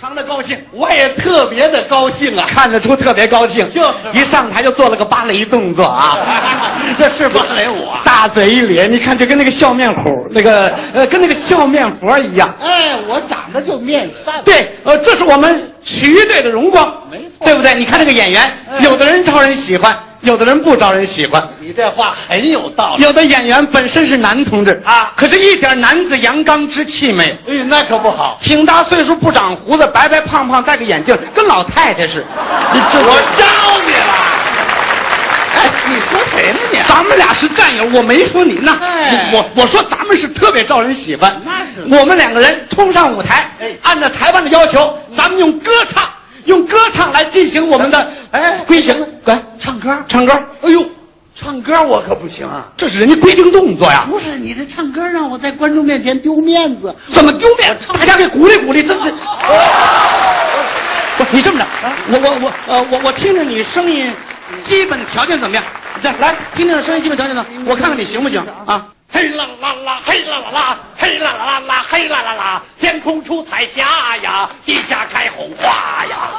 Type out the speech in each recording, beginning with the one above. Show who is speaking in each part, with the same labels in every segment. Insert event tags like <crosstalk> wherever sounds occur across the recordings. Speaker 1: 常的高兴，我也特别的高兴
Speaker 2: <laughs>
Speaker 1: 啊！
Speaker 2: 看得出特别高兴，
Speaker 1: 就是嘛，
Speaker 2: 一上台就做了个芭蕾动作啊 <laughs> 这是不
Speaker 1: 芭蕾舞啊
Speaker 2: 大嘴一咧，你看就跟那个笑面虎，那 <laughs> 个呃，跟那个笑面佛一样。
Speaker 1: 哎，我长得就面善，
Speaker 2: 对，呃，这是我们曲艺队的荣光，
Speaker 1: 没错
Speaker 2: 对不对？你看这个演员，
Speaker 1: 嗯
Speaker 2: 有的人招人喜欢，有的人不招人喜欢。
Speaker 1: 你这话很有道理。
Speaker 2: 有的演员本身是男同志
Speaker 1: 啊
Speaker 2: 可是一点男子阳刚之气没有。
Speaker 1: 哎，那可不好，
Speaker 2: 挺大岁数不长胡子，白白胖胖，戴个眼镜，跟老太太似的。你这
Speaker 1: 我招你了。哎，你说谁呢你？
Speaker 2: 咱们俩是战友，我没说你呢。
Speaker 1: 哎
Speaker 2: 我我说咱们是特别招人喜欢。
Speaker 1: 那是
Speaker 2: 我们两个人冲上舞台，
Speaker 1: 哎嗯
Speaker 2: 按照台湾的要求，咱们用歌唱，用歌唱来进行我们的
Speaker 1: 哎
Speaker 2: 规行。来
Speaker 1: 唱歌
Speaker 2: 唱歌，
Speaker 1: 哎呦，唱歌我可不行啊！
Speaker 2: 这是人家规定动作呀，
Speaker 1: 不是你这唱歌让我在观众面前丢面子，
Speaker 2: 怎么丢面
Speaker 1: 我
Speaker 2: 子？
Speaker 1: 唱
Speaker 2: 大家给鼓励鼓励，这是。 <laughs> 不是你这么着，
Speaker 1: 啊
Speaker 2: 我我我呃我我听着你声音基本条件怎么样？这来听听声音基本条件怎么样？我看看你行不行啊？
Speaker 1: 嘿啦啦啦，嘿啦啦啦，嘿啦啦啦啦，嘿啦啦啦，天空出彩霞呀，地下开红花呀。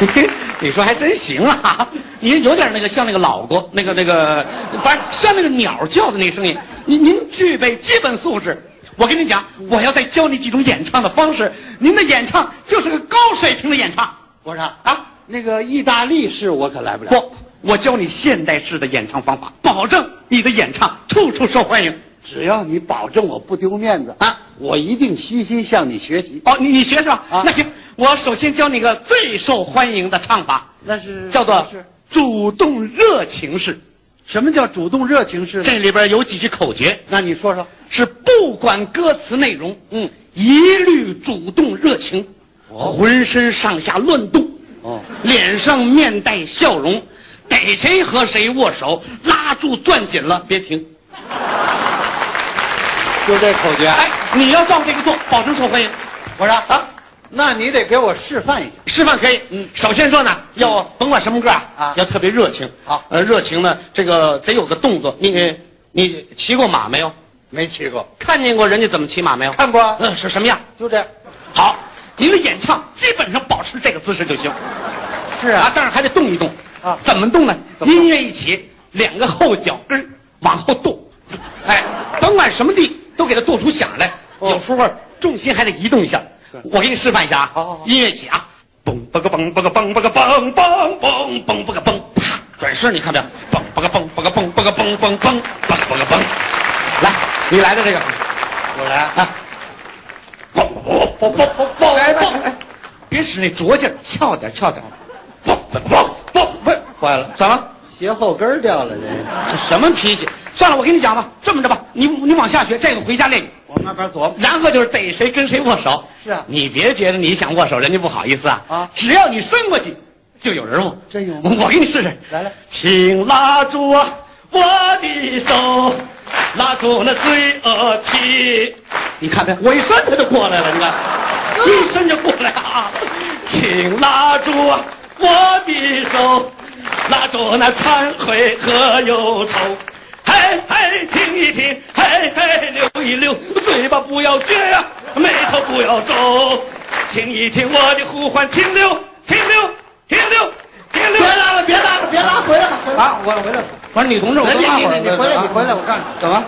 Speaker 2: 嘿嘿， <laughs> 你说还真行啊！您有点那个像那个老哥，那个那个，不是像那个鸟叫的那声音。您您具备基本素质。我跟你讲，我要再教你几种演唱的方式。您的演唱就是个高水平的演唱
Speaker 1: 我说
Speaker 2: 啊！
Speaker 1: 那个意大利式我可来不了。
Speaker 2: 不，我教你现代式的演唱方法，保证你的演唱处处受欢迎。
Speaker 1: 只要你保证我不丢面子
Speaker 2: 啊
Speaker 1: 我一定虚心向你学习。
Speaker 2: 哦，你你学是吧？
Speaker 1: 啊
Speaker 2: 那行，我首先教你个最受欢迎的唱法，
Speaker 1: 那是
Speaker 2: 叫做
Speaker 1: 是
Speaker 2: 主动热情式。
Speaker 1: 什么叫主动热情式呢？
Speaker 2: 这里边有几句口诀。
Speaker 1: 那你说说，
Speaker 2: 是不管歌词内容，
Speaker 1: 嗯，
Speaker 2: 一律主动热情，
Speaker 1: 哦
Speaker 2: 浑身上下乱动，
Speaker 1: 哦
Speaker 2: 脸上面带笑容，逮谁和谁握手，拉住攥紧了，别停。
Speaker 1: 就这口诀。
Speaker 2: 哎，你要照这个做，保证受欢迎。
Speaker 1: 我说
Speaker 2: 啊，
Speaker 1: 那你得给我示范一下。
Speaker 2: 示范可以，
Speaker 1: 嗯
Speaker 2: 首先说呢，要甭管什么歌啊，
Speaker 1: 啊
Speaker 2: 要特别热情。
Speaker 1: 好
Speaker 2: 呃，热情呢，这个得有个动作。你给你骑过马没有？
Speaker 1: 没骑过，
Speaker 2: 看见过人家怎么骑马没有？
Speaker 1: 看过啊
Speaker 2: 嗯，是什么样？
Speaker 1: 就这样。
Speaker 2: 好，您的演唱基本上保持这个姿势就行。
Speaker 1: 是啊
Speaker 2: 当然还得动一动
Speaker 1: 啊
Speaker 2: 怎么动呢？
Speaker 1: 怎么动
Speaker 2: 音乐一起，两个后脚跟儿往后跺，哎，甭管什么地都给它跺出响来。
Speaker 1: 哦
Speaker 2: 有时候重心还得移动一下
Speaker 1: 是。
Speaker 2: 我给你示范一下啊，
Speaker 1: 好好好
Speaker 2: 音乐起啊，嘣嘣个嘣嘣个嘣嘣个嘣嘣嘣嘣嘣个嘣，啪转身，你看没有？嘣嘣个嘣嘣个嘣嘣个嘣嘣嘣嘣嘣个嘣，来，你来的这个。
Speaker 1: 我来啊。
Speaker 2: 啊！蹦蹦蹦蹦蹦蹦！
Speaker 1: 来吧来
Speaker 2: 哎别使那拙劲儿，翘点儿翘点儿。蹦蹦蹦蹦蹦！坏了，怎么？
Speaker 1: 鞋后跟儿掉了这。
Speaker 2: 这什么脾气？算了，我跟你讲吧，这么着吧，你你往下学，这个回家练，
Speaker 1: 我慢慢琢磨。
Speaker 2: 然后就是逮谁跟谁握手。
Speaker 1: 是啊
Speaker 2: 你别觉得你想握手，人家不好意思啊。
Speaker 1: 啊
Speaker 2: 只要你伸过去，就有人握。
Speaker 1: 真有吗
Speaker 2: 我给你试试。
Speaker 1: 来来
Speaker 2: 请拉住啊我的手，拉住那罪恶气。你看没？我一伸他就过来了，你看，
Speaker 1: 哦
Speaker 2: 一伸就过来啊！请拉住啊我的手，拉住那忏悔和忧愁。嘿嘿，听一听，嘿嘿，溜一溜，嘴巴不要撅呀、眉头不要皱，听一听我的呼唤，停留，停留，停留，停
Speaker 1: 别
Speaker 2: 留。
Speaker 1: 拉了，别拉了，别拉，回来吧，回来吧。
Speaker 2: 啊，我回来了。我说女同志，我
Speaker 1: 你
Speaker 2: 拉
Speaker 1: 你
Speaker 2: 会儿啊
Speaker 1: 你你回来，你回来，我告诉你，
Speaker 2: 怎么？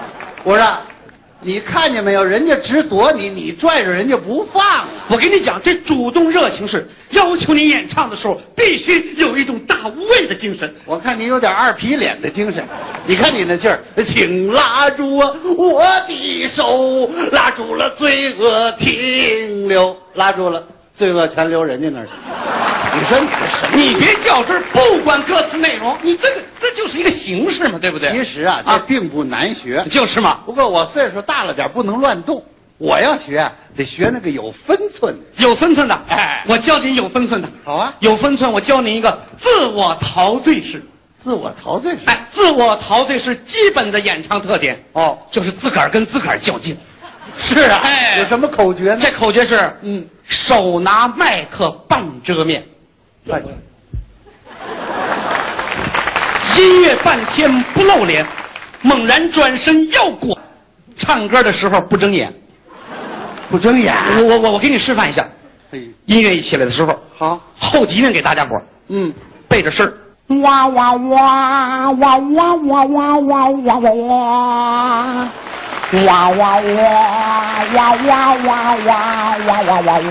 Speaker 1: 我说，你看见没有？人家执着你，你拽着人家不放。啊
Speaker 2: 我跟你讲，这主动热情是要求你演唱的时候必须有一种大无畏的精神。
Speaker 1: 我看你有点二皮脸的精神，你看你那劲儿，请拉住我的手，拉住了罪恶停留，拉住了罪恶全留人家那儿去。你说你这什么？
Speaker 2: 你别较真儿，不管歌词内容，你这个这就是一个形式嘛，对不对？
Speaker 1: 其实啊，这并不难学，
Speaker 2: 就是嘛，
Speaker 1: 不过我岁数大了点，不能乱动。我要学啊，得学那个有分寸的。
Speaker 2: 有分寸的。
Speaker 1: 哎
Speaker 2: 我教您有分寸的。
Speaker 1: 好啊
Speaker 2: 有分寸，我教您一个自我陶醉式。
Speaker 1: 自我陶醉式。
Speaker 2: 哎，自我陶醉是基本的演唱特点，
Speaker 1: 哦，
Speaker 2: 就是自个儿跟自个儿较劲。
Speaker 1: 是啊，
Speaker 2: 哎
Speaker 1: 有什么口诀呢
Speaker 2: 这？口诀是，
Speaker 1: 嗯，
Speaker 2: 手拿麦克半遮面，
Speaker 1: 哎
Speaker 2: 音乐半天不露脸，猛然转身要过，唱歌的时候不睁眼，
Speaker 1: 不睁眼。
Speaker 2: 我我我我给你示范一下，
Speaker 1: 嘿，
Speaker 2: 音乐一起来的时候，
Speaker 1: 好，
Speaker 2: 后脊梁给大家伙儿
Speaker 1: 嗯，
Speaker 2: 背着身儿
Speaker 3: 哇哇哇哇哇哇哇哇哇哇哇。哇哇哇哇哇哇哇哇哇哇哇！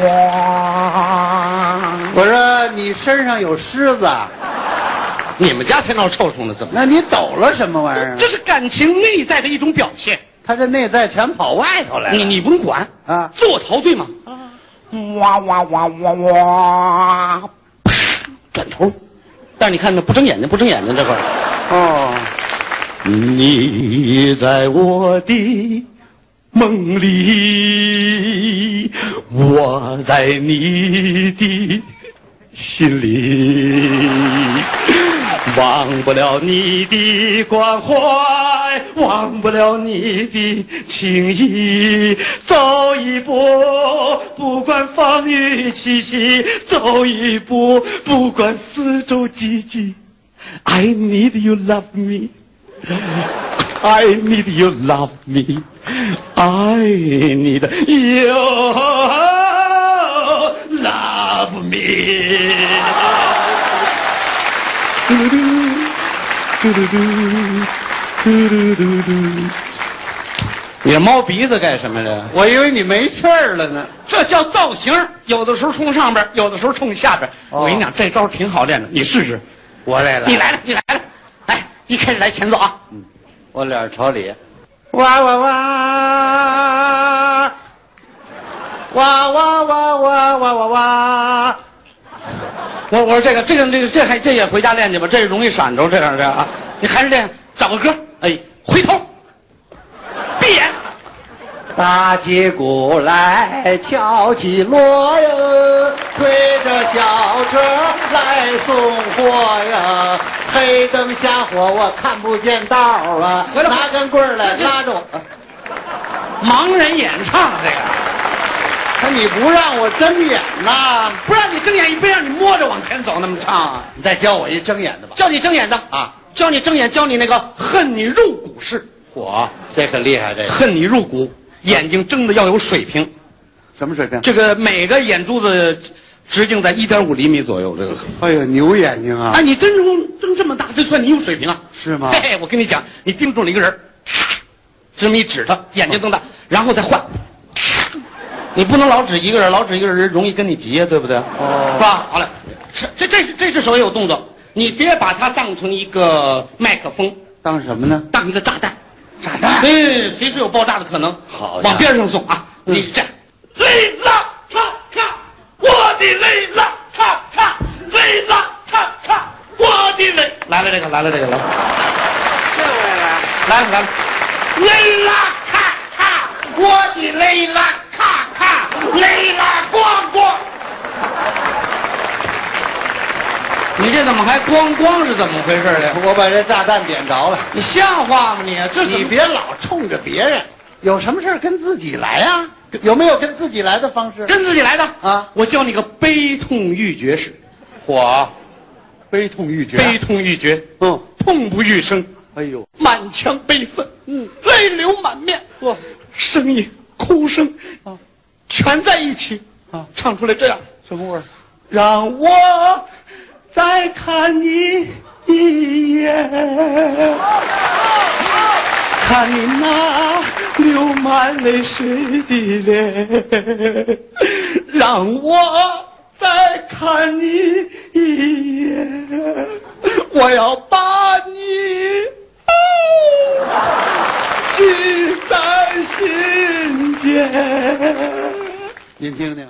Speaker 1: 我说你身上有虱子啊，
Speaker 2: 你们家才闹臭虫呢，怎么？
Speaker 1: 那你抖了什么玩意儿啊
Speaker 2: 这？是感情内在的一种表现，
Speaker 1: 他这内在全跑外头来了。
Speaker 2: 你你不用管，
Speaker 1: 啊，
Speaker 2: 自我陶醉嘛。
Speaker 3: 哇哇哇哇哇！
Speaker 2: 啪，转头，但是你看那不睁眼睛，不睁眼睛这块儿。
Speaker 1: 哦，
Speaker 2: 你在我的梦里，我在你的心里，忘不了你的关怀，忘不了你的情谊。走一步，不管风雨凄凄；走一步，不管四周寂寂。I need you love me. I need you love me. I need you love me. <laughs> 嘟噜嘟，嘟噜嘟，嘟噜嘟嘟。你这猫鼻子干什么呀？
Speaker 1: 我以为你没气儿了呢。
Speaker 2: 这叫造型，有的时候冲上边，有的时候冲下边。
Speaker 1: 哦
Speaker 2: 我跟你讲，这招挺好练的，你试试。
Speaker 1: 我来了，
Speaker 2: 你来了，你来了，来，一开始来前奏啊。
Speaker 1: 我脸朝里，
Speaker 2: 哇哇哇！哇哇哇哇哇哇哇！我我说这个这个这个这还这也回家练去吧，这容易闪着这样这样啊！你还是这样，找个歌，哎，回头，闭眼，
Speaker 1: 打起鼓来，敲起锣呀，推着小车来送货呀。黑灯瞎火，我看不见道儿啊！
Speaker 2: 回来
Speaker 1: 拿根棍儿来拉着我。
Speaker 2: 盲人演唱这个，
Speaker 1: 那你不让我睁眼呐？
Speaker 2: 不让你睁眼，非让你摸着往前走，那么唱啊！
Speaker 1: 你再教我一睁眼的吧。
Speaker 2: 教你睁眼的
Speaker 1: 啊，
Speaker 2: 教你睁眼，教你那个恨你入骨式，
Speaker 1: 我这可厉害，这个嗯
Speaker 2: 恨你入骨，眼睛睁的要有水平。
Speaker 1: 什么水平？
Speaker 2: 这个每个眼珠子直径在一点五厘米左右，这个。
Speaker 1: 哎呦，牛眼睛啊
Speaker 2: 啊，！你真睁睁这么大，这算你有水平啊！
Speaker 1: 是吗
Speaker 2: 嘿 <laughs> 嘿，我跟你讲，你盯住了一个人，这么一指他，眼睛瞪大，然后再换，你不能老指一个人，老指一个人容易跟你急呀，对不对？
Speaker 1: 哦
Speaker 2: 是吧？好了，是这这是这只手也有动作，你别把它当成一个麦克风，
Speaker 1: 当什么呢？
Speaker 2: 当一个炸弹，
Speaker 1: 炸弹
Speaker 2: 嗯，随时有爆炸的可能。
Speaker 1: 好家伙
Speaker 2: 往边上送啊！
Speaker 1: 嗯
Speaker 2: 你这，累拉叉叉，我的累拉叉叉，累拉叉叉，我的累。来了这个，来了这个，来了，来了来了，累拉咔咔，我的累拉咔咔，累拉咣咣。你这怎么还咣咣是怎么回事呢？
Speaker 1: 我把这炸弹点着了。
Speaker 2: 你像话吗你？这是
Speaker 1: 你别老冲着别人，有什么事儿跟自己来啊？有没有跟自己来的方式？
Speaker 2: 跟自己来的
Speaker 1: 啊
Speaker 2: 我教你个悲痛欲绝式，
Speaker 1: 火，悲痛欲绝。啊
Speaker 2: 悲痛欲绝，
Speaker 1: 嗯，
Speaker 2: 痛不欲生，
Speaker 1: 哎呦，
Speaker 2: 满腔悲愤，
Speaker 1: 嗯
Speaker 2: 泪流满面，
Speaker 1: 嚯
Speaker 2: 声音、哭声，
Speaker 1: 啊
Speaker 2: 全在一起，
Speaker 1: 啊
Speaker 2: 唱出来这样，
Speaker 1: 什么味儿？
Speaker 2: 让我再看你一眼，看你那流满泪水的脸，让我再看你一眼，我要把你。记在心间。
Speaker 1: 您听听。